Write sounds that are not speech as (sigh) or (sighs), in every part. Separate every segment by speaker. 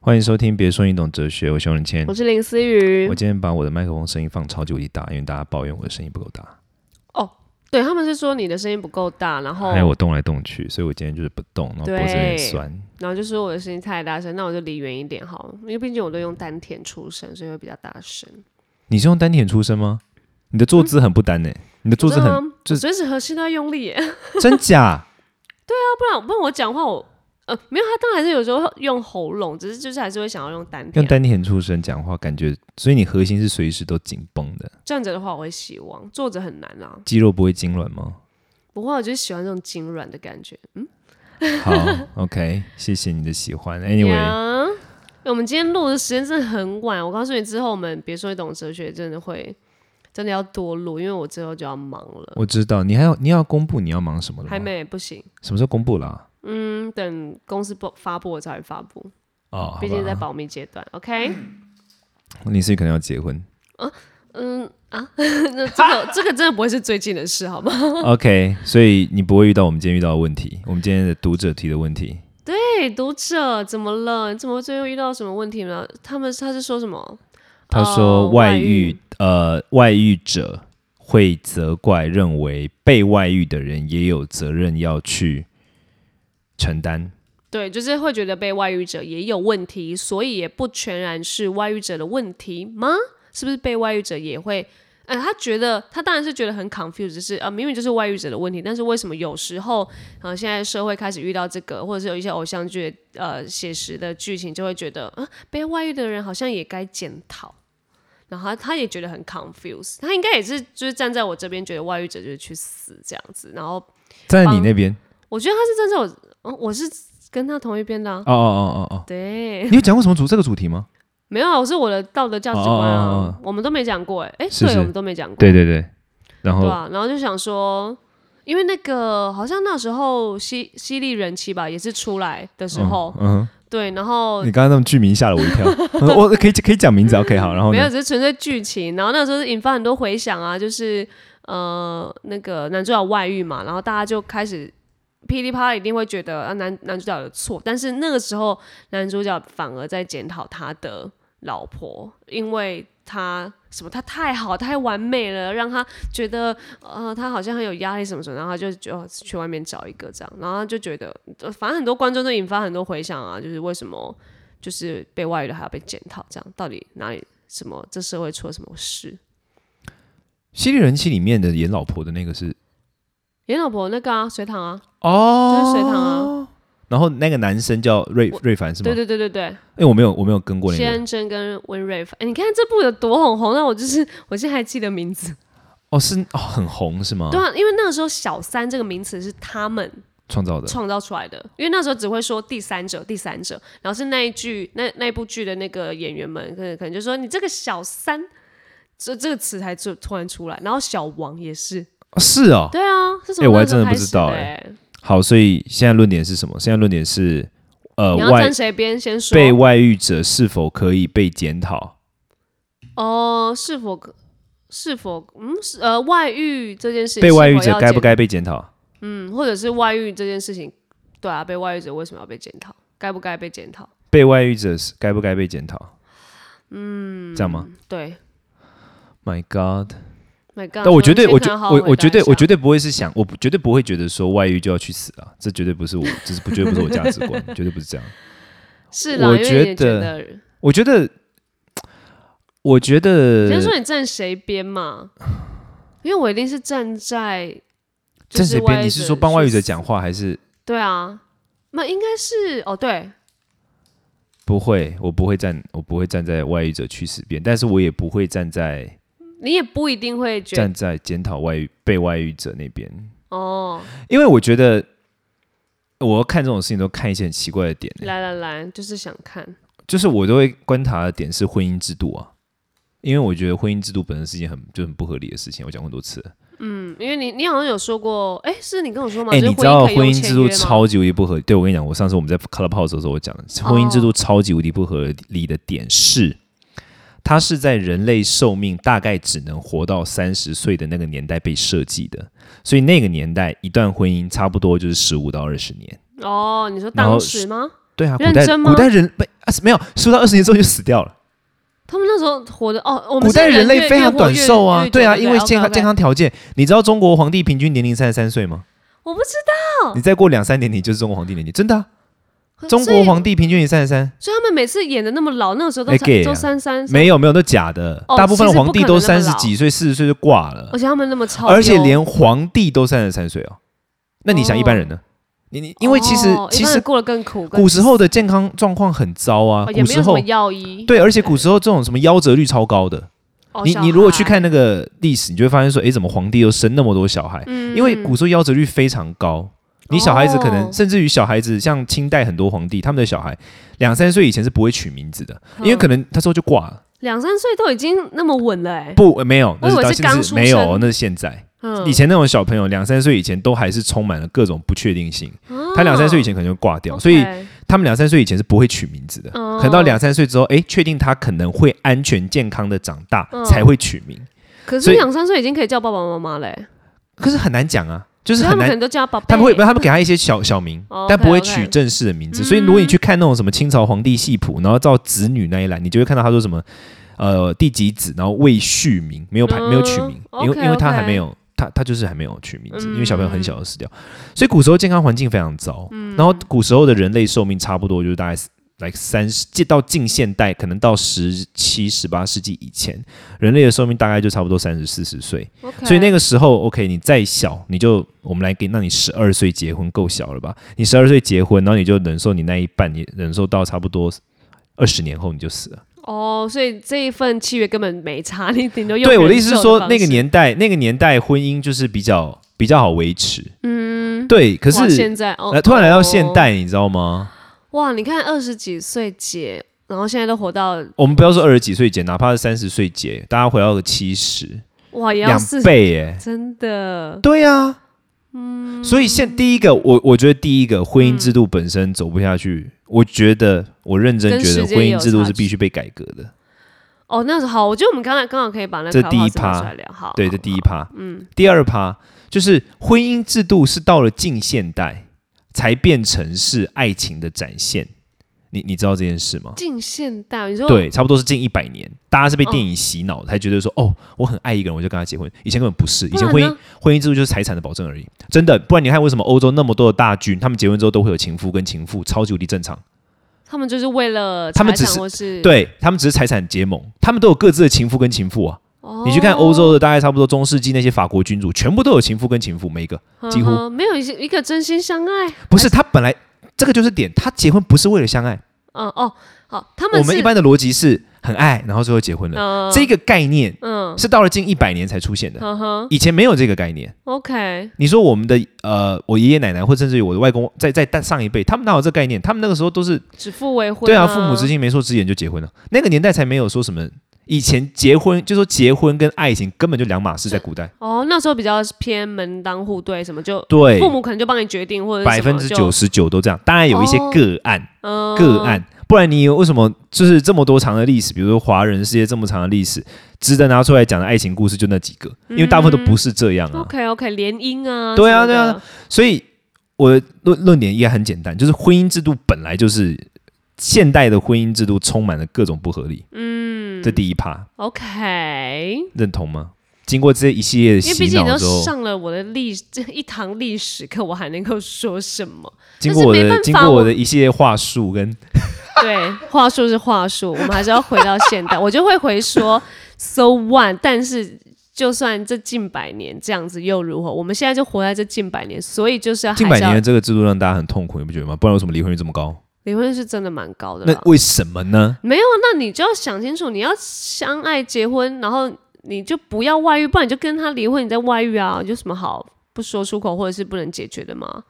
Speaker 1: 欢迎收听，别说你懂哲学，我是熊仁谦
Speaker 2: 我。是林思雨
Speaker 1: 我。今天把我的麦克风声音放超级无敌大，因为大家抱怨我的声音不够大，
Speaker 2: 对他们是说你的声音不够大，然后
Speaker 1: 还哎有我动来动去，所以我今天就是不动，然后脖子有点
Speaker 2: 哦对
Speaker 1: 酸。
Speaker 2: 然后就说我的声音太大声，那我就离远一点好了，因为毕竟我都用丹田出声，所以会比较大声。
Speaker 1: 你是用丹田出声吗？你的坐姿很不丹呢、你的坐姿
Speaker 2: 真的
Speaker 1: 很
Speaker 2: 吗？
Speaker 1: 就
Speaker 2: 我
Speaker 1: 是
Speaker 2: 啊随时核心都在用力耶， (laughs)
Speaker 1: (laughs)
Speaker 2: 要
Speaker 1: 真假？
Speaker 2: (laughs) 不然不然我讲话我呃没有，他当然是有时候用喉咙，只是就是还是会想要用丹田
Speaker 1: 用。丹田出声讲话，感觉所以你核心是随时都紧绷的，
Speaker 2: 站着的话我会希望，坐着很难啊。
Speaker 1: 肌肉不会痉挛
Speaker 2: (laughs)
Speaker 1: 吗？
Speaker 2: 不过我就是喜欢这种痉挛的感觉。
Speaker 1: 好，OK，谢谢你的喜欢。Anyway，、
Speaker 2: 呀哎我们今天录的时间真的很晚，我告诉你之后，我们别说你懂哲学，真的会真的要多录，因为我之后就要忙了，
Speaker 1: 我知道你还要你要公布你要忙什么了吗？
Speaker 2: 还没不行。
Speaker 1: 什么时候公布啦、
Speaker 2: 嗯，等公司不发布我才会发布，
Speaker 1: 哦，好
Speaker 2: 毕竟
Speaker 1: 吧
Speaker 2: 在保密阶段。OK，
Speaker 1: 你是可能要结婚。
Speaker 2: 嗯啊，那
Speaker 1: (laughs)
Speaker 2: 这个这个真的不会是最近的事，好吗？
Speaker 1: OK，所以你不会遇到我们今天遇到的问题，我们今天的读者提的问题。
Speaker 2: 对，哎读者怎么了？你怎么最后遇到什么问题呢？他们他是说什么？
Speaker 1: 他
Speaker 2: 哦
Speaker 1: 说外遇，呃，外遇者会责怪认为被外遇的人也有责任要去承担。
Speaker 2: 对，就是会觉得被外遇者也有问题，所以也不全然是外遇者的问题吗？是不是被外遇者也会？呃，他觉得他当然是觉得很 confused，就是啊、呃明明就是外遇者的问题，但是为什么有时候，呃，现在社会开始遇到这个，或者是有一些偶像剧的，呃，写实的剧情，就会觉得啊、被外遇的人好像也该检讨。然后他他也觉得很 confused，他应该也是就是站在我这边，觉得外遇者就是去死这样子。然后
Speaker 1: 在你那边？
Speaker 2: 我觉得他是站在我，哦我是跟他同一边的、啊。
Speaker 1: 哦哦哦哦哦，
Speaker 2: 对， (laughs)
Speaker 1: 你有讲过什么主这个主题吗？
Speaker 2: 没有啊，我是我的道德价值观啊，
Speaker 1: 哦哦哦哦
Speaker 2: 我们都没讲过哎、哎，
Speaker 1: 是是
Speaker 2: 对，我们都没讲过，
Speaker 1: 对哦对对，然
Speaker 2: 对
Speaker 1: 后
Speaker 2: 啊，然后就想说，因为那个好像那时候犀犀利人妻吧，也是出来的时候，
Speaker 1: 嗯，
Speaker 2: 对，然后
Speaker 1: 你刚刚那么剧名吓了我一跳，
Speaker 2: (laughs)
Speaker 1: 我说我可以可以讲名字 OK 好，然后
Speaker 2: 嗯没有，
Speaker 1: 呢？
Speaker 2: 只是纯粹剧情，然后那时候是引发很多回响啊，就是呃那个男主角外遇嘛，然后大家就开始。噼里啪啦，一定会觉得啊男男主角有错，但是那个时候男主角反而在检讨他的老婆，因为他什么他太好太完美了，让他觉得呃他好像很有压力什么什么，然后他就就去外面找一个这样，然后他就觉得呃反正很多观众都引发很多回响啊，就是为什么就是被外遇的还要被检讨，这样到底哪里什么这社会出了什么事？
Speaker 1: 犀利人妻里面的演老婆的那个是
Speaker 2: 演老婆那个啊，隋唐啊，
Speaker 1: 哦，
Speaker 2: 就是隋唐啊。
Speaker 1: 然后那个男生叫瑞
Speaker 2: 我
Speaker 1: 瑞凡是吗
Speaker 2: 对？对对对对，
Speaker 1: 哎，我没有我没有跟过那
Speaker 2: 谢
Speaker 1: 个
Speaker 2: 安贞跟温瑞凡，哎你看这部有多红哦红，那我就是 (laughs) 我现在还记得名字，
Speaker 1: 哦，是哦，很红是吗
Speaker 2: 对？啊，因为那个时候小三这个名词是他们
Speaker 1: 创造的
Speaker 2: 创造出来的，因为那时候只会说第三者，第三者，然后是那一句那那一部剧的那个演员们，可能可能就说你这个小三。这这个词才就突然出来，然后小王也是，
Speaker 1: 哦是哦。
Speaker 2: 对啊，是从
Speaker 1: 哎我还
Speaker 2: 那时
Speaker 1: 真
Speaker 2: 候
Speaker 1: 的不
Speaker 2: 开
Speaker 1: 知
Speaker 2: 始
Speaker 1: 道
Speaker 2: 的
Speaker 1: 哎
Speaker 2: 哎
Speaker 1: 好，所以现在论点是什么？现在论点是呃
Speaker 2: 你要
Speaker 1: 外
Speaker 2: 站谁边先说？
Speaker 1: 被外遇者是否可以被检讨？
Speaker 2: 哦，是否可是否嗯是呃外遇这件事情
Speaker 1: 被外遇
Speaker 2: 是否
Speaker 1: 者
Speaker 2: 要
Speaker 1: 该不
Speaker 2: 检
Speaker 1: 该被检讨？
Speaker 2: 嗯，或者是外遇这件事情，对啊，被外遇者为什么要被检讨？该不该被检讨？
Speaker 1: 被外遇者是该不该被检讨？嗯，这样吗
Speaker 2: 对
Speaker 1: ？My God！
Speaker 2: ，My God！
Speaker 1: 但我绝对，
Speaker 2: 今天
Speaker 1: 我
Speaker 2: 可
Speaker 1: 绝
Speaker 2: 能好好
Speaker 1: 我
Speaker 2: 回
Speaker 1: 我
Speaker 2: 答
Speaker 1: 绝
Speaker 2: 一
Speaker 1: 对
Speaker 2: 下
Speaker 1: 我绝对不会是想，我不绝对不会觉得说外遇就要去死啊！这绝对不是我，这是不绝对不是我价值观，绝对不是这样。
Speaker 2: 是啦，
Speaker 1: 我
Speaker 2: 因为
Speaker 1: 觉
Speaker 2: 你也觉
Speaker 1: 得
Speaker 2: 得，
Speaker 1: 我觉得，我觉
Speaker 2: 只
Speaker 1: 得
Speaker 2: 能说你站谁边嘛？因为我一定是站在就
Speaker 1: 站谁
Speaker 2: 外
Speaker 1: 边？
Speaker 2: 遇
Speaker 1: 你是
Speaker 2: 者
Speaker 1: 说帮外
Speaker 2: 去
Speaker 1: 遇者
Speaker 2: 死
Speaker 1: 讲？话，还是
Speaker 2: 对啊，那应该是哦，对，
Speaker 1: 不会？我不会站，我不会站在外遇者去死边，但是我也不会站在
Speaker 2: 你也不一定会觉得
Speaker 1: 站在检讨外遇被外遇者那边，
Speaker 2: 哦。
Speaker 1: 因为我觉得我要看这种事情都看一些很奇怪的点、欸，
Speaker 2: 来来来，就是想看。
Speaker 1: 就是我都会观察的点是婚姻制度啊，因为我觉得婚姻制度本身是一件很就很不合理的事情，我讲过很多次了。
Speaker 2: 嗯，因为你你好像有说过，哎、是你跟我说吗？
Speaker 1: 哎、
Speaker 2: 就是
Speaker 1: 你知道
Speaker 2: 可以用
Speaker 1: 婚姻
Speaker 2: 签
Speaker 1: 制度
Speaker 2: 约吗
Speaker 1: 超级无敌不合理？对我跟你讲，我上次我们在 Clubhouse 的时候我讲的，
Speaker 2: 哦
Speaker 1: 婚姻制度超级无敌不合理的点是，它是在人类寿命大概只能活到三十岁的那个年代被设计的，所以那个年代一段婚姻差不多就是十五到二十年。
Speaker 2: 哦，你说
Speaker 1: 然后
Speaker 2: 当
Speaker 1: 是
Speaker 2: 时吗？
Speaker 1: 对啊，古
Speaker 2: 认
Speaker 1: 代
Speaker 2: 真吗
Speaker 1: 古代人不啊没有，是不是到二十年之后就死掉了？
Speaker 2: 他们那时候活的哦，我们
Speaker 1: 古代
Speaker 2: 是
Speaker 1: 人类
Speaker 2: 越
Speaker 1: 非常短寿啊，
Speaker 2: 越活越越久对
Speaker 1: 啊，因为健康
Speaker 2: OK，OK
Speaker 1: 健康条件，你知道中国皇帝平均年龄三十三岁吗？
Speaker 2: 我不知道
Speaker 1: 你再过两三年，你就是中国皇帝年纪，真的啊、中
Speaker 2: 嗯所以
Speaker 1: 国皇帝平均年三十三，
Speaker 2: 所以他们每次演的那么老，那个时候都
Speaker 1: 哎
Speaker 2: 三
Speaker 1: 给
Speaker 2: 都
Speaker 1: 啊
Speaker 2: 三三，
Speaker 1: 没有没有，都假的。
Speaker 2: 哦
Speaker 1: 大部分的
Speaker 2: 其实
Speaker 1: 皇帝
Speaker 2: 不可
Speaker 1: 都
Speaker 2: 能那么
Speaker 1: 三十
Speaker 2: 老哦
Speaker 1: 几岁、四十岁就挂了
Speaker 2: 而，且他们那么哦超优，
Speaker 1: 而且连皇帝都三十三岁哦。那你想一般人呢？你你因为其实、
Speaker 2: 哦哦一
Speaker 1: 其
Speaker 2: 般
Speaker 1: 实
Speaker 2: 人过得更苦，更
Speaker 1: 古时候的健康状况很糟啊，
Speaker 2: 哦
Speaker 1: 古
Speaker 2: 也没
Speaker 1: 时
Speaker 2: 有什
Speaker 1: 候
Speaker 2: 么药医，
Speaker 1: 对，而且古时候这种什么夭折率超高的，
Speaker 2: 哦，
Speaker 1: 你
Speaker 2: 小
Speaker 1: 你如果去
Speaker 2: 孩，
Speaker 1: 看那个历史，你就会发现说，诶，怎么皇帝又生那么多小孩？
Speaker 2: 嗯
Speaker 1: 因为古时候夭折率非常高，你小孩子可能、
Speaker 2: 哦
Speaker 1: 甚至于小孩子，像清代很多皇帝，他们的小孩两三岁以前是不会取名字的，因为可能他说就挂了。
Speaker 2: 两三岁都已经那么稳了，哎，
Speaker 1: 不，呃没有，那
Speaker 2: 我以为
Speaker 1: 到
Speaker 2: 是刚
Speaker 1: 现
Speaker 2: 出
Speaker 1: 在没有哦，
Speaker 2: 生
Speaker 1: 那是现在。
Speaker 2: 嗯
Speaker 1: 以前那种小朋友两三岁以前都还是充满了各种不确定性，他两三岁以前可能就挂掉，所以
Speaker 2: 啊 OK
Speaker 1: 他们两三岁以前是不会取名字的，
Speaker 2: 哦
Speaker 1: 可能到两三岁之后，诶，确定他可能会安全健康的长大
Speaker 2: 嗯
Speaker 1: 才会取名，
Speaker 2: 可是
Speaker 1: 所以
Speaker 2: 两三岁已经可以叫爸爸妈妈嘞，
Speaker 1: 可是很难讲啊，就是
Speaker 2: 所以他
Speaker 1: 很
Speaker 2: 们可
Speaker 1: 难
Speaker 2: 能都叫爸爸，
Speaker 1: 他们会，他们给他一些小小名
Speaker 2: 哦，
Speaker 1: 但不会
Speaker 2: OK，OK
Speaker 1: 取正式的名字。所以如果你去看那种什么清朝皇帝系谱，然后到子女那一栏，你就会看到他说什么呃第几子，然后未续名，没有排
Speaker 2: 嗯
Speaker 1: 没有取名，因为
Speaker 2: OK，
Speaker 1: 因为他
Speaker 2: OK
Speaker 1: 还没有他他就是还没有取名字，
Speaker 2: 嗯
Speaker 1: 因为小朋友很小就死掉，所以古时候健康环境非常糟。
Speaker 2: 嗯
Speaker 1: 然后古时候的人类寿命差不多就是大概。来三十，近到近现代，可能到十七、十八世纪以前，人类的寿命大概就差不多三十四十岁。
Speaker 2: OK，
Speaker 1: 所以那个时候，OK，你再小，你就我们来给，那你十二岁结婚够小了吧？你十二岁结婚，然后你就忍受你那一半，你忍受到差不多二十年后你就死了。
Speaker 2: 哦，所以这一份契约根本没差，你顶多用
Speaker 1: 对，我的
Speaker 2: 忍
Speaker 1: 意思
Speaker 2: 受
Speaker 1: 是说，
Speaker 2: 方
Speaker 1: 那个
Speaker 2: 式
Speaker 1: 年代，那个年代婚姻就是比较比较好维持。
Speaker 2: 嗯，
Speaker 1: 对，可
Speaker 2: 哇
Speaker 1: 是
Speaker 2: 现在哦
Speaker 1: 呃，，突然来到
Speaker 2: 哦
Speaker 1: 现代，你知道吗？
Speaker 2: 哇，你看二十几岁结，然后现在都活到
Speaker 1: 我们不要说二十几岁结，哪怕是三十岁结，大家回到个七十，
Speaker 2: 哇，也要
Speaker 1: 两
Speaker 2: 四，
Speaker 1: 倍耶。
Speaker 2: 真的，
Speaker 1: 对啊，嗯，所以现第一个，我我觉得第一个婚姻制度本身走不下去，我觉得我认真
Speaker 2: 跟
Speaker 1: 觉得
Speaker 2: 时间
Speaker 1: 婚
Speaker 2: 有
Speaker 1: 姻制度
Speaker 2: 差
Speaker 1: 是必
Speaker 2: 距
Speaker 1: 须被改革的，
Speaker 2: 哦，那是好，我觉得我们刚才刚好可以把那
Speaker 1: 这
Speaker 2: 个
Speaker 1: 第一
Speaker 2: Clubhouse 拿
Speaker 1: 趴
Speaker 2: 出来聊，好，
Speaker 1: 对，这
Speaker 2: 好
Speaker 1: 第一，趴。嗯，第二趴就是婚姻制度是到了近现代才变成是爱情的展现，你你知道这件事吗？
Speaker 2: 近现代，你说，
Speaker 1: 对，差不多是近一百年，大家是被
Speaker 2: 哦
Speaker 1: 电影洗脑的，才觉得说哦，我很爱一个人，我就跟他结婚。以前根本不是，以
Speaker 2: 不
Speaker 1: 前
Speaker 2: 然
Speaker 1: 婚姻
Speaker 2: 呢
Speaker 1: 婚姻制度就是财产的保证而已，真的。不然你看为什么欧洲那么多的大军，他们结婚之后都会有情夫跟情妇，超级无敌正常。
Speaker 2: 他们就是为了
Speaker 1: 他们
Speaker 2: 财
Speaker 1: 只
Speaker 2: 产
Speaker 1: 是
Speaker 2: 或是，
Speaker 1: 对他们只是财产结盟，他们都有各自的情夫跟情妇啊。
Speaker 2: 哦
Speaker 1: 你去看欧洲的，大概差不多中世纪那些法国君主，全部都有情夫跟情妇，每一个几乎
Speaker 2: 呵呵没有一些一个真心相爱，
Speaker 1: 不是他本来这个就是点，他结婚不是为了相爱。
Speaker 2: 嗯哦，好，他们
Speaker 1: 我
Speaker 2: 是
Speaker 1: 们一般的逻辑是很爱，然后最后结婚了，
Speaker 2: 嗯
Speaker 1: 这个概念
Speaker 2: 嗯，
Speaker 1: 是到了近一百年才出现的。
Speaker 2: 呵呵
Speaker 1: 以前没有这个概念。
Speaker 2: ，OK，
Speaker 1: 你说我们的呃，我爷爷奶奶或甚至于我的外公，在在在上一辈，他们哪有这个概念？他们那个时候都是
Speaker 2: 指腹为婚，
Speaker 1: 对啊，父母之间媒妁之言就结婚了，那个年代才没有说什么。以前结婚就说结婚跟爱情根本就两码事，在古代，
Speaker 2: 哦，那时候比较偏门当户对，什么就
Speaker 1: 对
Speaker 2: 父，母可能就帮你决定，或者
Speaker 1: 百分之九十九都这样。当然有一些
Speaker 2: 哦
Speaker 1: 个案，
Speaker 2: 个
Speaker 1: 个案，不然你有为什么就是这么多长的历史？比如说华人世界这么长的历史，值得拿出来讲的爱情故事就那几个，因为大部分都不是这样啊。
Speaker 2: OK OK，联姻啊，
Speaker 1: 对啊
Speaker 2: 什么
Speaker 1: 对
Speaker 2: 的
Speaker 1: 啊，所以我的论论点也很简单，就是婚姻制度本来就是现代的婚姻制度充满了各种不合理，
Speaker 2: 嗯
Speaker 1: 这第一趴
Speaker 2: OK，
Speaker 1: 认同吗？经过这一系列的
Speaker 2: 因为
Speaker 1: 洗
Speaker 2: 毕竟你
Speaker 1: 脑
Speaker 2: 都
Speaker 1: 之后，
Speaker 2: 上了我的历这一堂历史课，我还能够说什么？ (laughs)
Speaker 1: 经过我
Speaker 2: 但是没办
Speaker 1: 的
Speaker 2: 法
Speaker 1: 经过我
Speaker 2: 我
Speaker 1: 的一系列话术跟
Speaker 2: 对，话术是话术，我们还是要回到现
Speaker 1: (laughs)
Speaker 2: 代，我就会回说 so one，但是。就算这近百年这样子又如何？我们现在就活在这近百年，所以就是要
Speaker 1: 近
Speaker 2: 还
Speaker 1: 百
Speaker 2: 是要
Speaker 1: 年的这个制度让大家很痛苦，你不觉得吗？不然为什么离婚率这么高？
Speaker 2: 离婚是真的蛮高的啦。
Speaker 1: 那为什么呢？
Speaker 2: 没有，那你就要想清楚，你要相爱结婚，然后你就不要外遇，不然你就跟他离婚，你再外遇啊，有什么好不说出口或者是不能解决的吗？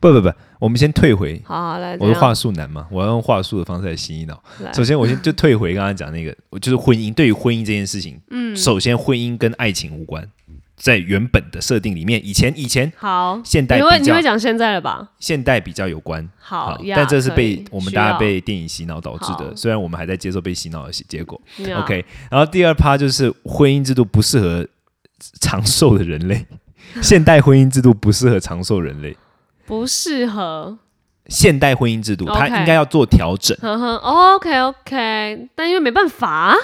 Speaker 1: 不不不，我们先退回
Speaker 2: 好好来，
Speaker 1: 我的
Speaker 2: 怎样
Speaker 1: 话术难嘛，我要用话术的方式来洗脑。
Speaker 2: 来
Speaker 1: 首先，我先就退回刚刚讲那个，我就是婚姻。对于婚姻这件事情，嗯，首先婚姻跟爱情无关，在原本的设定里面，以前以前
Speaker 2: 好，
Speaker 1: 现代
Speaker 2: 你会
Speaker 1: 比
Speaker 2: 你
Speaker 1: 较
Speaker 2: 会讲现在了吧？
Speaker 1: 现代比较有关。
Speaker 2: 好，呀
Speaker 1: 但这是
Speaker 2: 可以
Speaker 1: 被我们
Speaker 2: 需
Speaker 1: 大家
Speaker 2: 要
Speaker 1: 被电影洗脑导致
Speaker 2: 好
Speaker 1: 的，虽然我们还在接受被洗脑的结果。
Speaker 2: 呀
Speaker 1: OK，然后第二趴就是婚姻制度不适合长寿的
Speaker 2: (laughs)
Speaker 1: 人类，现代婚姻制度不适合长寿人类。
Speaker 2: 不适合
Speaker 1: 现代婚姻制度，它
Speaker 2: OK
Speaker 1: 应该要做调整。
Speaker 2: 呵呵，OK OK，但因为没办法啊，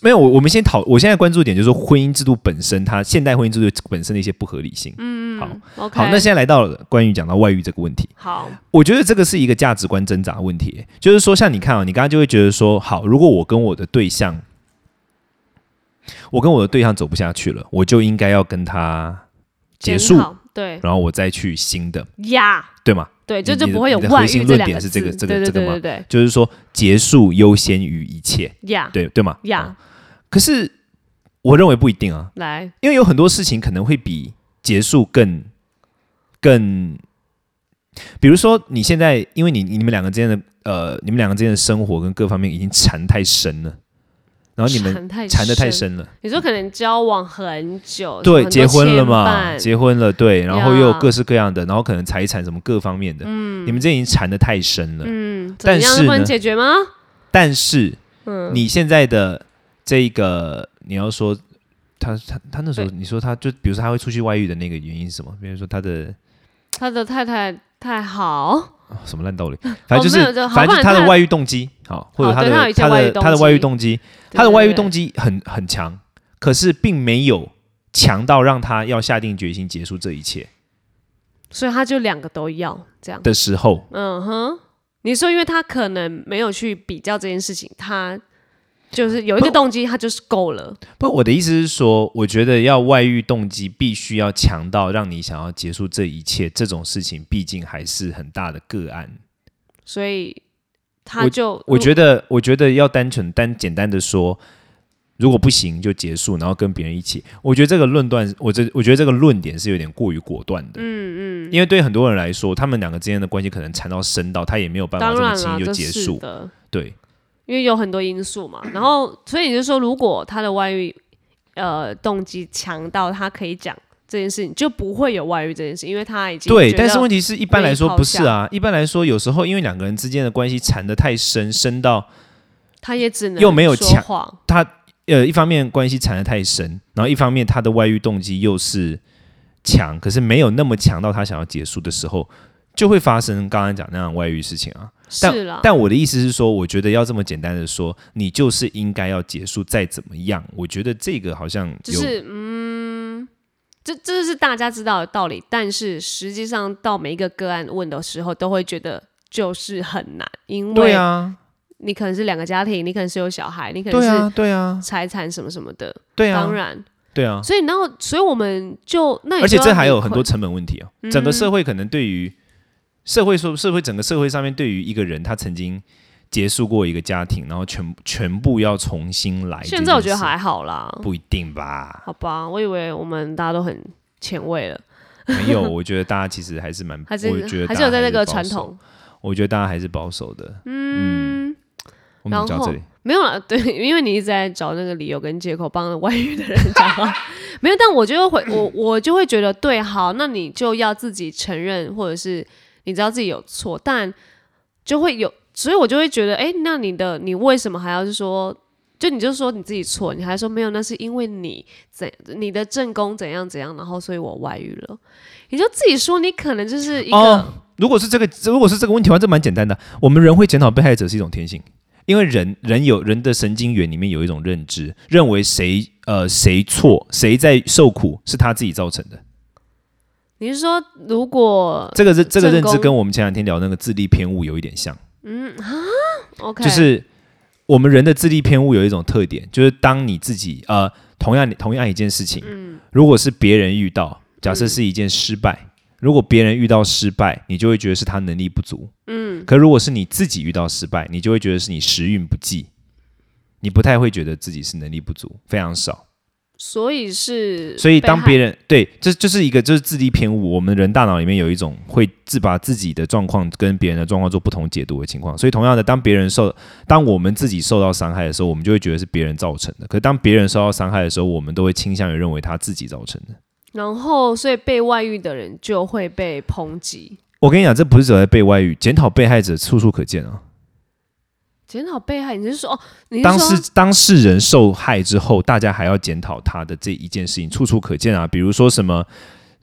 Speaker 1: 没有，我我们先讨，我现在关注点就是说婚姻制度本身它，现代婚姻制度本身的一些不合理性。
Speaker 2: 嗯
Speaker 1: 好
Speaker 2: ，OK，
Speaker 1: 好，那现在来到了关于讲到外遇这个问题，
Speaker 2: 好，
Speaker 1: 我觉得这个是一个价值观挣扎问题，就是说，像你看啊，你刚刚就会觉得说，好，如果我跟我的对象，我跟我的对象走不下去了，我就应该要跟他结束
Speaker 2: 很，好，对
Speaker 1: 然后我再去新的，
Speaker 2: 呀，
Speaker 1: 对吗？
Speaker 2: 对，这
Speaker 1: 你
Speaker 2: 就
Speaker 1: 你的
Speaker 2: 不会有
Speaker 1: 你的
Speaker 2: 外
Speaker 1: 核心
Speaker 2: 遇这
Speaker 1: 论
Speaker 2: 两
Speaker 1: 点
Speaker 2: 个
Speaker 1: 是
Speaker 2: 字，
Speaker 1: 这个这个
Speaker 2: 对
Speaker 1: 这
Speaker 2: 对
Speaker 1: 个吗
Speaker 2: 对对
Speaker 1: 就是说，结束优先于一切，
Speaker 2: 对呀
Speaker 1: 对对吗？
Speaker 2: 呀，
Speaker 1: 可是我认为不一定啊，
Speaker 2: 来，
Speaker 1: 因为有很多事情可能会比结束更更，比如说你现在，因为你你们两个之间的呃，你们两个之间的生活跟各方面已经缠太深了，然后你们
Speaker 2: 缠太
Speaker 1: 缠的太，深了，
Speaker 2: 你说可能交往很久，
Speaker 1: 对，
Speaker 2: 很多
Speaker 1: 结婚了嘛，
Speaker 2: 牵绊
Speaker 1: 结婚了，对，然后又有
Speaker 2: 呀
Speaker 1: 各式各样的，然后可能财产什么各方面的，嗯，你们这已经缠的太深了，
Speaker 2: 嗯，
Speaker 1: 但
Speaker 2: 怎样
Speaker 1: 是
Speaker 2: 不能
Speaker 1: 呢
Speaker 2: 解决吗？
Speaker 1: 但是
Speaker 2: 嗯，
Speaker 1: 你现在的这个你要说。他他他那时候你说他就比如说他会出去外遇的那个原因是什么？比如说他的
Speaker 2: 他的太太太好，
Speaker 1: 什么烂
Speaker 2: (laughs)
Speaker 1: 道理？反正就是，
Speaker 2: 哦没有就好
Speaker 1: 反正就是
Speaker 2: 不然
Speaker 1: 他的
Speaker 2: 他
Speaker 1: 外遇动机，好，或者他
Speaker 2: 好对他有
Speaker 1: 的
Speaker 2: 一些
Speaker 1: 他
Speaker 2: 外
Speaker 1: 的
Speaker 2: 遇动
Speaker 1: 他的外遇
Speaker 2: 机
Speaker 1: 动机，
Speaker 2: 对
Speaker 1: 他的
Speaker 2: 对
Speaker 1: 外遇
Speaker 2: 对
Speaker 1: 动机很很强，可是并没有强到让他要下定决心结束这一切
Speaker 2: 所以他就两个都要这样。
Speaker 1: 的时候，
Speaker 2: 嗯哼，你说因为他可能没有去比较这件事情，他就是有一个
Speaker 1: 不
Speaker 2: 动机，他就是够了。
Speaker 1: 不，我的意思是说，我觉得要外遇动机必须要强到让你想要结束这一切，这种事情毕竟还是很大的个案。
Speaker 2: 所以他就
Speaker 1: 我
Speaker 2: 得
Speaker 1: 觉得，我觉得要单纯单简单的说，如果不行就结束，然后跟别人一起。我觉得这个论断，我这我觉得这个论点是有点过于果断的。嗯嗯，因为对很多人来说，他们两个之间的关系可能缠到深到他也没有办法
Speaker 2: 当
Speaker 1: 这么
Speaker 2: 然
Speaker 1: 轻
Speaker 2: 啦，
Speaker 1: 易就
Speaker 2: 这
Speaker 1: 结
Speaker 2: 是
Speaker 1: 束。
Speaker 2: 的，
Speaker 1: 对，
Speaker 2: 因为有很多因素
Speaker 1: (clears throat)
Speaker 2: 嘛。然后所以你就说，如果他的外遇呃动机强到他可以讲这件事情，就不会有外遇这件事，因为他已经
Speaker 1: 对，
Speaker 2: 觉
Speaker 1: 但是
Speaker 2: 得
Speaker 1: 问题是一般来说
Speaker 2: 愿意
Speaker 1: 不
Speaker 2: 抛
Speaker 1: 是啊，一般来说有时候因为两个人之间的关系缠得太深，深到
Speaker 2: 他也只能
Speaker 1: 又没有
Speaker 2: 说
Speaker 1: 强
Speaker 2: 谎，
Speaker 1: 他呃一方面关系缠得太深，然后一方面他的外遇动机又是强，可是没有那么强到他想要结束的时候，就会发生刚刚讲那样的外遇事情啊。
Speaker 2: 是啦，
Speaker 1: 但我的意思是说，我觉得要这么简单的说，你就是应该要结束，再怎么样，我觉得这个好像有、
Speaker 2: 就是嗯，这这是大家知道的道理，但是实际上到每一个个案问的时候，都会觉得就是很难，因
Speaker 1: 对
Speaker 2: 为
Speaker 1: 啊，
Speaker 2: 你可能是两个家庭，你可能是有小孩，你可能
Speaker 1: 对
Speaker 2: 是
Speaker 1: 啊，对啊，
Speaker 2: 财产什么什么的，
Speaker 1: 对啊，
Speaker 2: 当，然，
Speaker 1: 对啊。
Speaker 2: 所以然后所以我们就那你
Speaker 1: 而且
Speaker 2: 就
Speaker 1: 这
Speaker 2: 要
Speaker 1: 还
Speaker 2: 理
Speaker 1: 有很
Speaker 2: 亏
Speaker 1: 多成本问题啊，整个社会可能对于社会说社会整个社会上面对于一个人他曾经结束过一个家庭，然后全全部要重新来这件事，
Speaker 2: 现在我觉得还好啦，
Speaker 1: 不一定吧？
Speaker 2: 好吧，我以为我们大家都很前卫了，
Speaker 1: 没
Speaker 2: (laughs)
Speaker 1: 有，我觉得大家其实还是蛮，
Speaker 2: 还
Speaker 1: 我觉
Speaker 2: 是
Speaker 1: 得大
Speaker 2: 还是
Speaker 1: 家
Speaker 2: 有在这个
Speaker 1: 保
Speaker 2: 传
Speaker 1: 守
Speaker 2: 统，
Speaker 1: 我觉得大家还是保守的。
Speaker 2: 嗯
Speaker 1: 我们讲
Speaker 2: 然
Speaker 1: 到
Speaker 2: 后
Speaker 1: 这里，
Speaker 2: 没有了， (laughs) 对，因为你一直在找那个理由跟借口帮外遇的人讲话， (laughs) 没有。但我就会回我， (clears throat) 我就会觉得对，好，那你就要自己承认，或者是你知道自己有错，但就会有，所以我就会觉得，哎、那你的你为什么还要是说，就你就说你自己错，你还说没有，那是因为你怎你的正宫怎样怎样，然后所以我外遇了，你就自己说你可能就是一个、
Speaker 1: 哦如果是这个，如果是这个问题的话，这蛮简单的。我们人会检讨被害者是一种天性，因为人人有人的神经元里面有一种认知，认为谁呃谁错，谁在受苦是他自己造成的。
Speaker 2: 你是说如果
Speaker 1: 这个是这个认知
Speaker 2: 正宫
Speaker 1: 跟我们前两天聊那个智力偏误有一点像，
Speaker 2: OK
Speaker 1: 就是我们人的智力偏误有一种特点，就是当你自己呃同样同样一件事情，如果是别人遇到，假设是一件失败，如果别人遇到失败，你就会觉得是他能力不足，嗯，可如果是你自己遇到失败，你就会觉得是你时运不济，你不太会觉得自己是能力不足，非常少。
Speaker 2: 所以是，
Speaker 1: 所以当别人对，这就是一个就是智力偏误。我们人大脑里面有一种会自把自己的状况跟别人的状况做不同解读的情况。所以同样的，当别人受，当我们自己受到伤害的时候，我们就会觉得是别人造成的。可是当别人受到伤害的时候，我们都会倾向于认为他自己造成的。
Speaker 2: 然后，所以被外遇的人就会被抨击。
Speaker 1: 我跟你讲，这不是只在被外遇，检讨被害者处处可见啊。
Speaker 2: 检讨被害，你是说哦？你是
Speaker 1: 当
Speaker 2: 说
Speaker 1: 事当事人受害之后，大家还要检讨他的这一件事情，处处可见啊。比如说什么，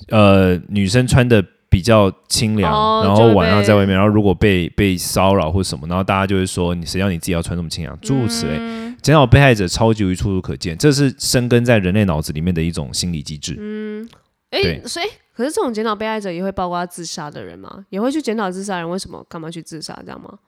Speaker 1: 呃，女生穿的比较清凉，
Speaker 2: 哦
Speaker 1: 然
Speaker 2: 就
Speaker 1: 后
Speaker 2: 会
Speaker 1: 晚上
Speaker 2: 被
Speaker 1: 在外面，然后如果被被骚扰或什么，然后大家就会说你谁叫你自己要穿这么清凉，诸如此类，
Speaker 2: 嗯
Speaker 1: 减少被害者超级无处处可见，这是生根在人类脑子里面的一种心理机制。
Speaker 2: 哎、
Speaker 1: 对
Speaker 2: 所以可是这种检讨被害者也会包括自杀的人吗？也会去检讨自杀的人为什么干嘛去自杀这样吗？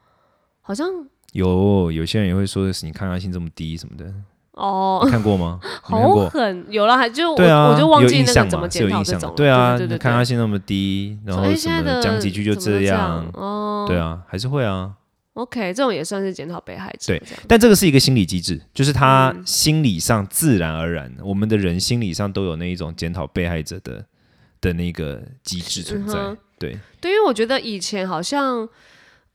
Speaker 2: 好像
Speaker 1: 有有些人也会说是你抗压性这么低什么的，
Speaker 2: 哦，
Speaker 1: 你看过
Speaker 2: (laughs)
Speaker 1: 吗？你看
Speaker 2: 好
Speaker 1: 过？
Speaker 2: 狠，有了还就我、
Speaker 1: 对啊，
Speaker 2: 我就忘
Speaker 1: 有
Speaker 2: 记
Speaker 1: 印
Speaker 2: 那
Speaker 1: 象
Speaker 2: 个
Speaker 1: 嘛，
Speaker 2: 怎么
Speaker 1: 是有
Speaker 2: 检讨
Speaker 1: 印
Speaker 2: 这
Speaker 1: 象的
Speaker 2: 种了，
Speaker 1: 对啊，
Speaker 2: 对对对
Speaker 1: 你抗压性那么低，然
Speaker 2: 说
Speaker 1: 后
Speaker 2: 哎
Speaker 1: 什
Speaker 2: 现在
Speaker 1: 么
Speaker 2: 的
Speaker 1: 讲几句就
Speaker 2: 怎么
Speaker 1: 这
Speaker 2: 这
Speaker 1: 样，
Speaker 2: 哦，
Speaker 1: 对啊，还是会啊。
Speaker 2: OK，这种也算是检讨被害者
Speaker 1: 对
Speaker 2: 这样，
Speaker 1: 但这个是一个心理机制，就是他心理上自然而然，
Speaker 2: 嗯
Speaker 1: 我们的人心理上都有那一种检讨被害者的的那个机制存在。
Speaker 2: 嗯哼
Speaker 1: 对，
Speaker 2: 对，因为我觉得以前好像。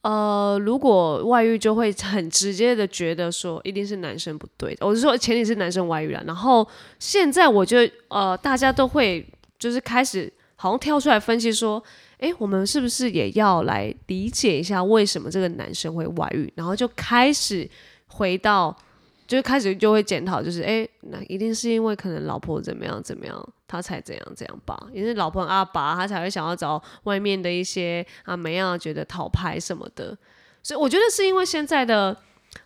Speaker 2: 呃，如果外遇就会很直接的觉得说一定是男生不对，我是说前提是男生外遇啦。然后现在我觉得呃，大家都会就是开始好像跳出来分析说，诶，我们是不是也要来理解一下为什么这个男生会外遇？然后就开始回到，就是开始就会检讨，就是诶，那一定是因为可能老婆怎么样怎么样，他才怎样怎样吧，也是老婆很阿爸，他才会想要找外面的一些阿梅啊，觉得讨牌什么的。所以我觉得是因为现在的，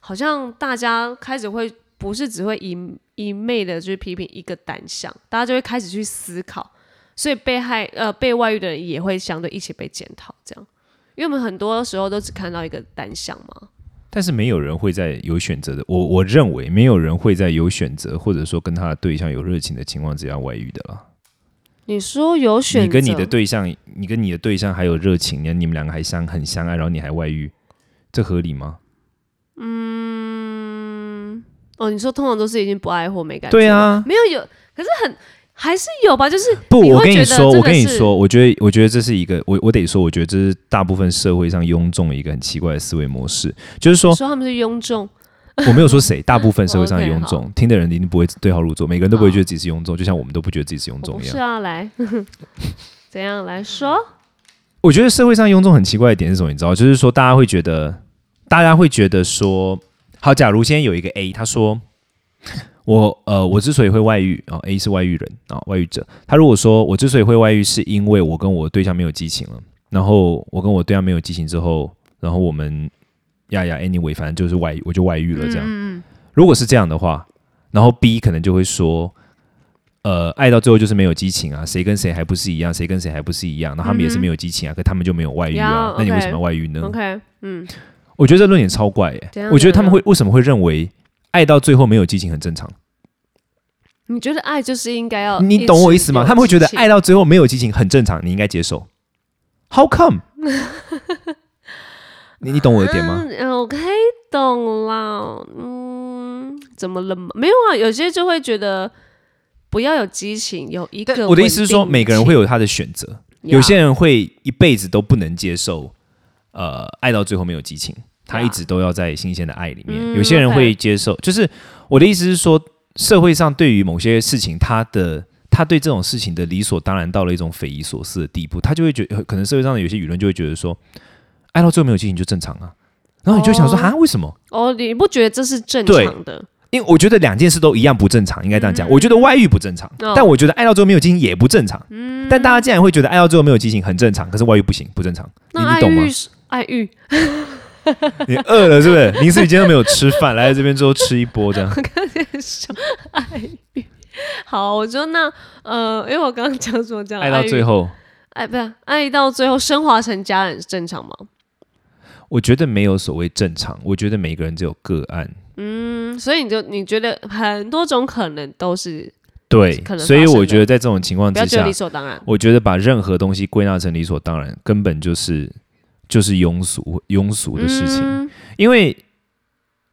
Speaker 2: 好像大家开始会不是只会一一昧的去批评一个单项，大家就会开始去思考，所以被害呃被外遇的人也会相对一起被检讨，这样，因为我们很多时候都只看到一个单项嘛。
Speaker 1: 但是没有人会在有选择的，我我认为没有人会在有选择或者说跟他的对象有热情的情况之下外遇的啦。
Speaker 2: 你说有选择，
Speaker 1: 你跟你的对象，你跟你的对象还有热情，你们两个还相很相爱，然后你还外遇，这合理吗？
Speaker 2: 哦，你说通常都是已经不爱或没感觉，
Speaker 1: 对，啊，
Speaker 2: 没有有，可是很还是有吧，就是
Speaker 1: 不，
Speaker 2: 你
Speaker 1: 我
Speaker 2: 会
Speaker 1: 跟
Speaker 2: 觉
Speaker 1: 你
Speaker 2: 得
Speaker 1: 说，我
Speaker 2: 真的
Speaker 1: 跟你
Speaker 2: 是
Speaker 1: 说，我觉得，我觉得这是一个，我我得说，我觉得这是大部分社会上庸众的一个很奇怪的思维模式，就是说
Speaker 2: 你，说他们是庸众，
Speaker 1: 我没有说
Speaker 2: (laughs)
Speaker 1: 谁，大部分社会上的
Speaker 2: OK，
Speaker 1: 庸
Speaker 2: 好
Speaker 1: 众，听的人一定不会对号入座，每个人都不会
Speaker 2: 好
Speaker 1: 觉得自己是庸众，就像我们都不觉得自己是庸
Speaker 2: 我
Speaker 1: 众
Speaker 2: 不
Speaker 1: 一
Speaker 2: 是
Speaker 1: 样。
Speaker 2: 啊，来， (laughs) 怎样来说？
Speaker 1: 我觉得社会上庸众很奇怪的点是什么？你知道，就是说大家会觉得，大家会觉得说，好，假如今天有一个 A，他说。 (laughs) 我呃，我之所以会外遇啊、a 是外遇人啊、外遇者。他如果说我之所以会外遇，是因为我跟我对象没有激情了，然后我跟我对象没有激情之后，然后我们呀呀，anyway，反正就是外遇，我就外遇了这
Speaker 2: 嗯
Speaker 1: 样。如果是这样的话，然后 B 可能就会说，呃，爱到最后就是没有激情啊，谁跟谁还不是一样，谁跟谁还不是一样，那他们也是没有激情啊，可他们就没有外遇啊
Speaker 2: 嗯呀，
Speaker 1: 那你为
Speaker 2: OK
Speaker 1: 什么要外遇呢？
Speaker 2: OK，嗯，
Speaker 1: 我觉得这论点超怪耶、
Speaker 2: 怎样
Speaker 1: 我觉得他们会为什么会认为爱到最后没有激情很正常？
Speaker 2: 你觉得爱就是应该要，
Speaker 1: 你懂我意思吗？他们会觉得爱，到最后没有激情很正常，你应该接受。How
Speaker 2: (laughs)
Speaker 1: come？你你懂我的点吗？
Speaker 2: 嗯嗯，OK，懂啦，嗯，怎么了吗？没有啊，有些就会觉得不要有激情，有一个
Speaker 1: 我的意思是说，
Speaker 2: 稳定
Speaker 1: 每个人
Speaker 2: 期
Speaker 1: 会有他的选择，有些人会一辈子都不能接受，呃，爱到最后没有激情，他一直都要在新鲜的爱里面。
Speaker 2: 嗯
Speaker 1: 有些人
Speaker 2: OK
Speaker 1: 会接受，就是我的意思是说，社会上对于某些事情，他的他对这种事情的理所当然到了一种匪夷所思的地步，他就会觉得，可能社会上的有些舆论就会觉得说，爱到最后没有激情就正常啊。然后你就想说，
Speaker 2: 哦
Speaker 1: 哈、为什么？
Speaker 2: 哦，你不觉得这是正常的？
Speaker 1: 因为我觉得两件事都一样不正常，应该这样讲。我觉得外遇不正常，
Speaker 2: 嗯哦嗯
Speaker 1: 但我觉得爱到最后没有激情也不正常。但大家竟然会觉得爱到最后没有激情很正常，可是外遇不行，不正常。你
Speaker 2: 那
Speaker 1: 你
Speaker 2: 爱
Speaker 1: 懂吗
Speaker 2: 欲？是爱欲
Speaker 1: 你饿了是不是？ (laughs) 林思雨今天都没有吃饭，来这边之后吃一波
Speaker 2: (laughs)
Speaker 1: 这样。
Speaker 2: 说爱欲。好，我说那呃，因为我刚刚讲什么讲
Speaker 1: 爱到最
Speaker 2: 后，
Speaker 1: 后，
Speaker 2: 爱不是爱到最后升华成家人是正常吗？
Speaker 1: 我觉得没有所谓正常，我觉得每个人只有个案。
Speaker 2: 嗯，所以你就你觉得很多种可能都是
Speaker 1: 对
Speaker 2: 可，能发生的
Speaker 1: 所以我觉得在这种情况
Speaker 2: 不要
Speaker 1: 之
Speaker 2: 觉得
Speaker 1: 下
Speaker 2: 理，所当然。
Speaker 1: 我觉得把任何东西归纳成理所当然，根本就是就是庸俗庸俗的事情。
Speaker 2: 嗯
Speaker 1: 因为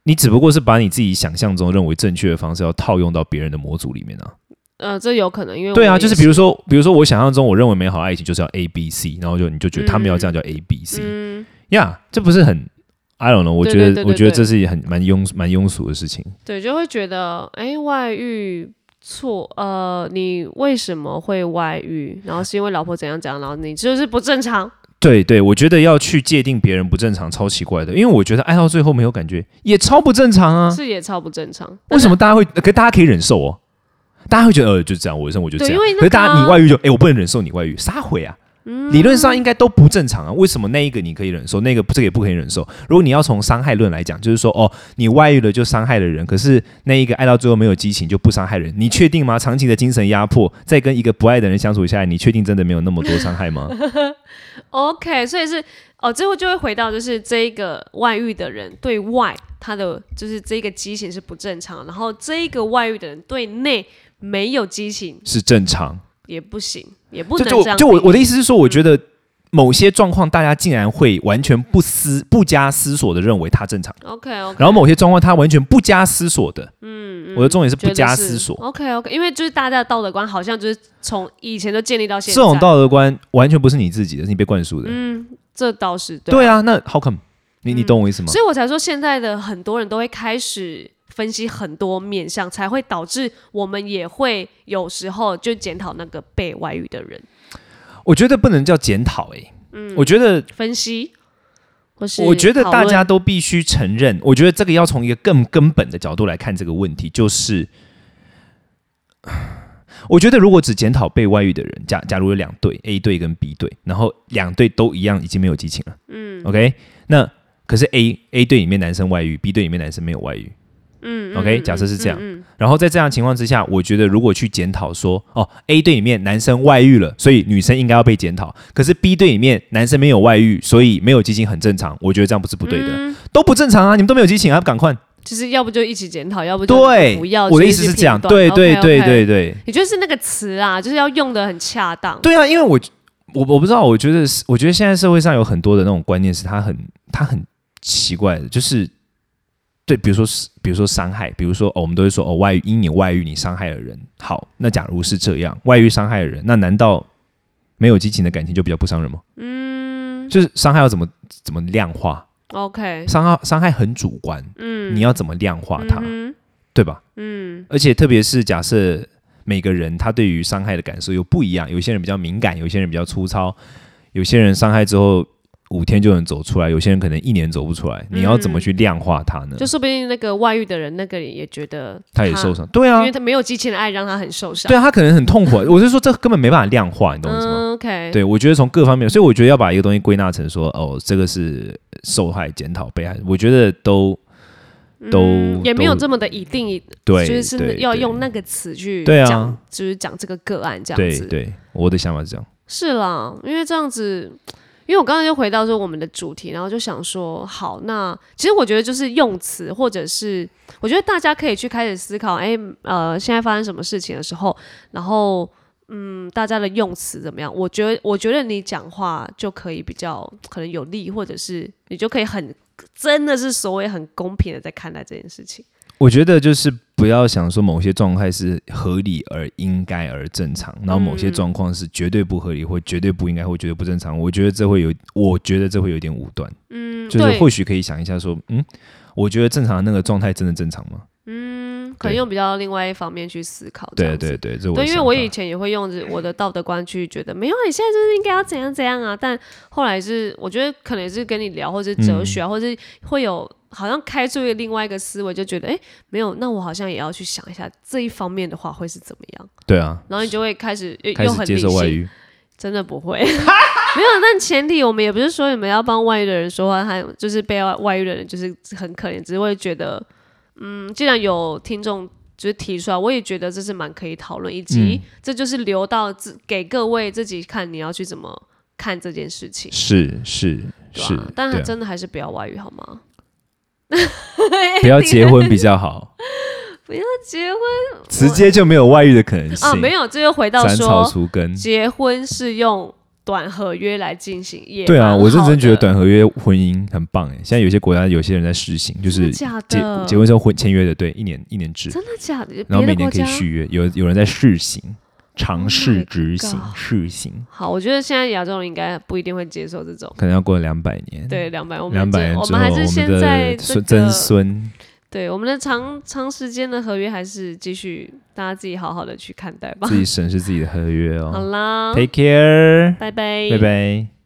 Speaker 1: 你只不过是把你自己想象中认为正确的方式，要套用到别人的模组里面啊。
Speaker 2: 呃，这有可能，因为
Speaker 1: 对
Speaker 2: 我
Speaker 1: 啊，
Speaker 2: 也
Speaker 1: 就是比如说，比如说我想象中我认为美好的爱情就是要 A B C，然后就你就觉得他们要这样叫 A B C，
Speaker 2: 嗯，
Speaker 1: 呀，这不是很 I don't know？我
Speaker 2: 对
Speaker 1: 觉
Speaker 2: 对
Speaker 1: 得
Speaker 2: 对
Speaker 1: 我
Speaker 2: 对
Speaker 1: 觉得
Speaker 2: 对
Speaker 1: 这是很蛮庸蛮庸俗的事情。
Speaker 2: 对，就会觉得哎，外遇错，呃，你为什么会外遇？然后是因为老婆怎样怎样，然后你就是不正常。
Speaker 1: 对对，我觉得要去界定别人不正常，超奇怪的，因为我觉得爱到最后没有感觉也超不正常啊。
Speaker 2: 是也超不正常。
Speaker 1: 为什么大家会？可大家可以忍受哦，大家会觉得呃就这样，我的生活就这
Speaker 2: 对
Speaker 1: 样。
Speaker 2: 因为那
Speaker 1: 可是大
Speaker 2: 个
Speaker 1: 家
Speaker 2: 啊嗯
Speaker 1: 你外遇就哎、我不能忍受你外遇，撒回啊，理论上应该都不正常啊，为什么那一个你可以忍受，那个这个也不可以忍受？如果你要从伤害论来讲，就是说哦，你外遇了就伤害了人，可是那一个爱到最后没有激情就不伤害人，你确定吗？长期的精神压迫，再跟一个不爱的人相处下来，你确定真的没有那么多伤害
Speaker 2: (laughs)
Speaker 1: 吗？
Speaker 2: OK，所以是哦，最后就会回到就是这一个外遇的人对外他的就是这个激情是不正常，然后这一个外遇的人对内没有激情
Speaker 1: 是正常。
Speaker 2: 也不行，也不
Speaker 1: 就
Speaker 2: 能
Speaker 1: 就
Speaker 2: 这样
Speaker 1: 就我
Speaker 2: 定
Speaker 1: 我的意思是说，我觉得某些状况大家竟然会完全不思不加思索的认为它正常，
Speaker 2: OK OK，
Speaker 1: 然后某些状况他完全不加思索的。嗯，我的重点是哦不加思索。
Speaker 2: OK OK，因为就是大家的道德观好像就是从以前就建立到现
Speaker 1: 这
Speaker 2: 在，
Speaker 1: 种道德观完全不是你自己的，是你被灌输的。
Speaker 2: 这倒是
Speaker 1: 嗯
Speaker 2: 对
Speaker 1: 对啊，嗯那 how come？你你懂我意思吗？
Speaker 2: 所以我才说现在的很多人都会开始分析很多面向，才会导致我们也会有时候就检讨那个被外遇的人，
Speaker 1: 我觉得不能叫检讨诶、我觉得，
Speaker 2: 分析或是
Speaker 1: 我觉得
Speaker 2: 讨
Speaker 1: 大
Speaker 2: 论
Speaker 1: 家都必须承认，我觉得这个要从一个更根本的角度来看这个问题，就是， (sighs) 我觉得如果只检讨被外遇的人，假假如有两队 A 队跟 B 队，然后两队都一样已经没有激情了，嗯，OK，那可是 A A 队里面男生外遇，B 队里面男生没有外遇，嗯，OK，假设嗯是这样，然后在这样的情况之下，我觉得如果去检讨说，哦，A 队里面男生外遇了，所以女生应该要被检讨；可是 B 队里面男生没有外遇，所以没有激情很正常。我觉得这样不是不对的，都不正常啊！你们都没有激情啊，赶快！
Speaker 2: 其实要不就一起检讨，要不就
Speaker 1: 对，
Speaker 2: 不要。
Speaker 1: 我的
Speaker 2: 其
Speaker 1: 意
Speaker 2: 实
Speaker 1: 思是
Speaker 2: 评
Speaker 1: 这样，
Speaker 2: 断
Speaker 1: 对对
Speaker 2: OK，OK
Speaker 1: 对对对
Speaker 2: 你觉得是那个词啊，就是要用的很恰当。
Speaker 1: 对啊！因为我我我不知道，我觉得是我觉得现在社会上有很多的那种观念是它很它很奇怪的，就是。对，比如说是，比如说伤害，比如说哦，我们都会说哦，外遇，因你外遇，你伤害了人。好，那假如是这样，外遇伤害了人，那难道没有激情的感情就比较不伤人吗？嗯，就是伤害要怎么怎么量化？
Speaker 2: OK，
Speaker 1: 伤害伤害很主观，嗯，你要怎么量化它，对吧？嗯，而且特别是假设每个人他对于伤害的感受又不一样，有些人比较敏感，有些人比较粗糙，有些人伤害之后五天就能走出来，有些人可能一年走不出来，你要怎么去量化它呢？
Speaker 2: 嗯就说不定那个外遇的人，那个也觉得
Speaker 1: 他也受，伤，对
Speaker 2: 因
Speaker 1: 啊
Speaker 2: 为，他没有激情的爱，让他很受伤。
Speaker 1: 对啊，他可能很痛苦。我是说，这根本没办法量化，你懂我意思吗？
Speaker 2: 嗯，OK，
Speaker 1: 对，我觉得从各方面，所以我觉得要把一个东西归纳成说，哦，这个是受害、检讨、被害，我觉得都都、
Speaker 2: 嗯也没有
Speaker 1: 都
Speaker 2: 这么的一定一，
Speaker 1: 对，
Speaker 2: 就是
Speaker 1: 对
Speaker 2: 是要
Speaker 1: 对
Speaker 2: 用那个词去
Speaker 1: 对啊
Speaker 2: 讲，就是讲这个个案这样
Speaker 1: 对
Speaker 2: 子。
Speaker 1: 对，我的想法是这样。
Speaker 2: 是啦，因为这样子，因为我刚刚就回到说我们的主题，然后就想说，好，那其实我觉得就是用词，或者是我觉得大家可以去开始思考，哎，呃，现在发生什么事情的时候，然后嗯，大家的用词怎么样？我觉得，我觉得你讲话就可以比较可能有力，或者是你就可以很真的是所谓很公平的在看待这件事情。
Speaker 1: 我觉得就是不要想说某些状态是合理而应该而正常，然后某
Speaker 2: 嗯
Speaker 1: 些状况是绝对不合理或绝对不应该或绝对不正常。我觉得这会有，我觉得这会有点武断。嗯，就是
Speaker 2: 对
Speaker 1: 或许可以想一下说，嗯，我觉得正常的那个状态真的正常吗？
Speaker 2: 嗯，可能
Speaker 1: 对
Speaker 2: 用比较另外一方面去思考。这
Speaker 1: 对
Speaker 2: 样子
Speaker 1: 对对，这我的
Speaker 2: 对，因为
Speaker 1: 想
Speaker 2: 我
Speaker 1: 法
Speaker 2: 以前也会用着我的道德观去觉得，没有啊，你现在就是应该要怎样怎样啊。但后来是，我觉得可能是跟你聊，或者是哲
Speaker 1: 嗯
Speaker 2: 学啊，或者是会有好像开出一个另外一个思维，就觉得，哎，没有，那我好像也要去想一下这一方面的话会是怎么样。
Speaker 1: 对啊，
Speaker 2: 然后你就会开始又
Speaker 1: 开
Speaker 2: 又
Speaker 1: 始
Speaker 2: 很
Speaker 1: 接
Speaker 2: 理
Speaker 1: 受外
Speaker 2: 性，
Speaker 1: 遇。
Speaker 2: 真的不会。 (laughs) 没有，但前提我们也不是说你们要帮外遇的人说话，还有就是被外外遇的人就是很可怜，只是会觉得，嗯，既然有听众就是提出来，我也觉得这是蛮可以讨论，以
Speaker 1: 嗯
Speaker 2: 及这就是留到自给各位自己看你要去怎么看这件事情，
Speaker 1: 是是
Speaker 2: 对吧、
Speaker 1: 是，
Speaker 2: 但
Speaker 1: 对
Speaker 2: 还
Speaker 1: 啊
Speaker 2: 真的还是不要外遇好吗？
Speaker 1: 不要结
Speaker 2: (laughs)
Speaker 1: 婚比较好，
Speaker 2: 结婚
Speaker 1: 直接就没有外遇的可能性
Speaker 2: 啊，没有，这又回到
Speaker 1: 斩草
Speaker 2: 说
Speaker 1: 除根。
Speaker 2: 结婚是用短合约来进行，也
Speaker 1: 对啊，
Speaker 2: 蛮
Speaker 1: 我认
Speaker 2: 好
Speaker 1: 真觉得
Speaker 2: 的
Speaker 1: 短合约婚姻很棒哎，现在有些国家有些人在试行，就
Speaker 2: 嗯真
Speaker 1: 是
Speaker 2: 的假
Speaker 1: 结
Speaker 2: 的
Speaker 1: 结婚之后婚签约的，对，一年一年制，
Speaker 2: 真的假的？
Speaker 1: 然后
Speaker 2: 别
Speaker 1: 每
Speaker 2: 的
Speaker 1: 年
Speaker 2: 国
Speaker 1: 可以
Speaker 2: 家
Speaker 1: 续约，有有人在试行，尝
Speaker 2: my
Speaker 1: 试执行
Speaker 2: God
Speaker 1: 试行，
Speaker 2: 好，我觉得现在亚洲人应该不一定会接受这种。
Speaker 1: 可能要过了两百年，
Speaker 2: 对，两百，我们
Speaker 1: 嗯两百
Speaker 2: 这
Speaker 1: 年
Speaker 2: 我
Speaker 1: 之
Speaker 2: 们
Speaker 1: 后，
Speaker 2: 还是
Speaker 1: 我
Speaker 2: 现
Speaker 1: 们
Speaker 2: 在
Speaker 1: 的
Speaker 2: 这
Speaker 1: 孙
Speaker 2: 个，
Speaker 1: 曾孙
Speaker 2: 对我们的长长时间的合约还是继续，大家自己 (laughs) 好好的去看待吧
Speaker 1: 自。己审视自己的合约
Speaker 2: 好
Speaker 1: 哦
Speaker 2: 啦，
Speaker 1: ，Take care，
Speaker 2: 拜拜，
Speaker 1: 拜。拜。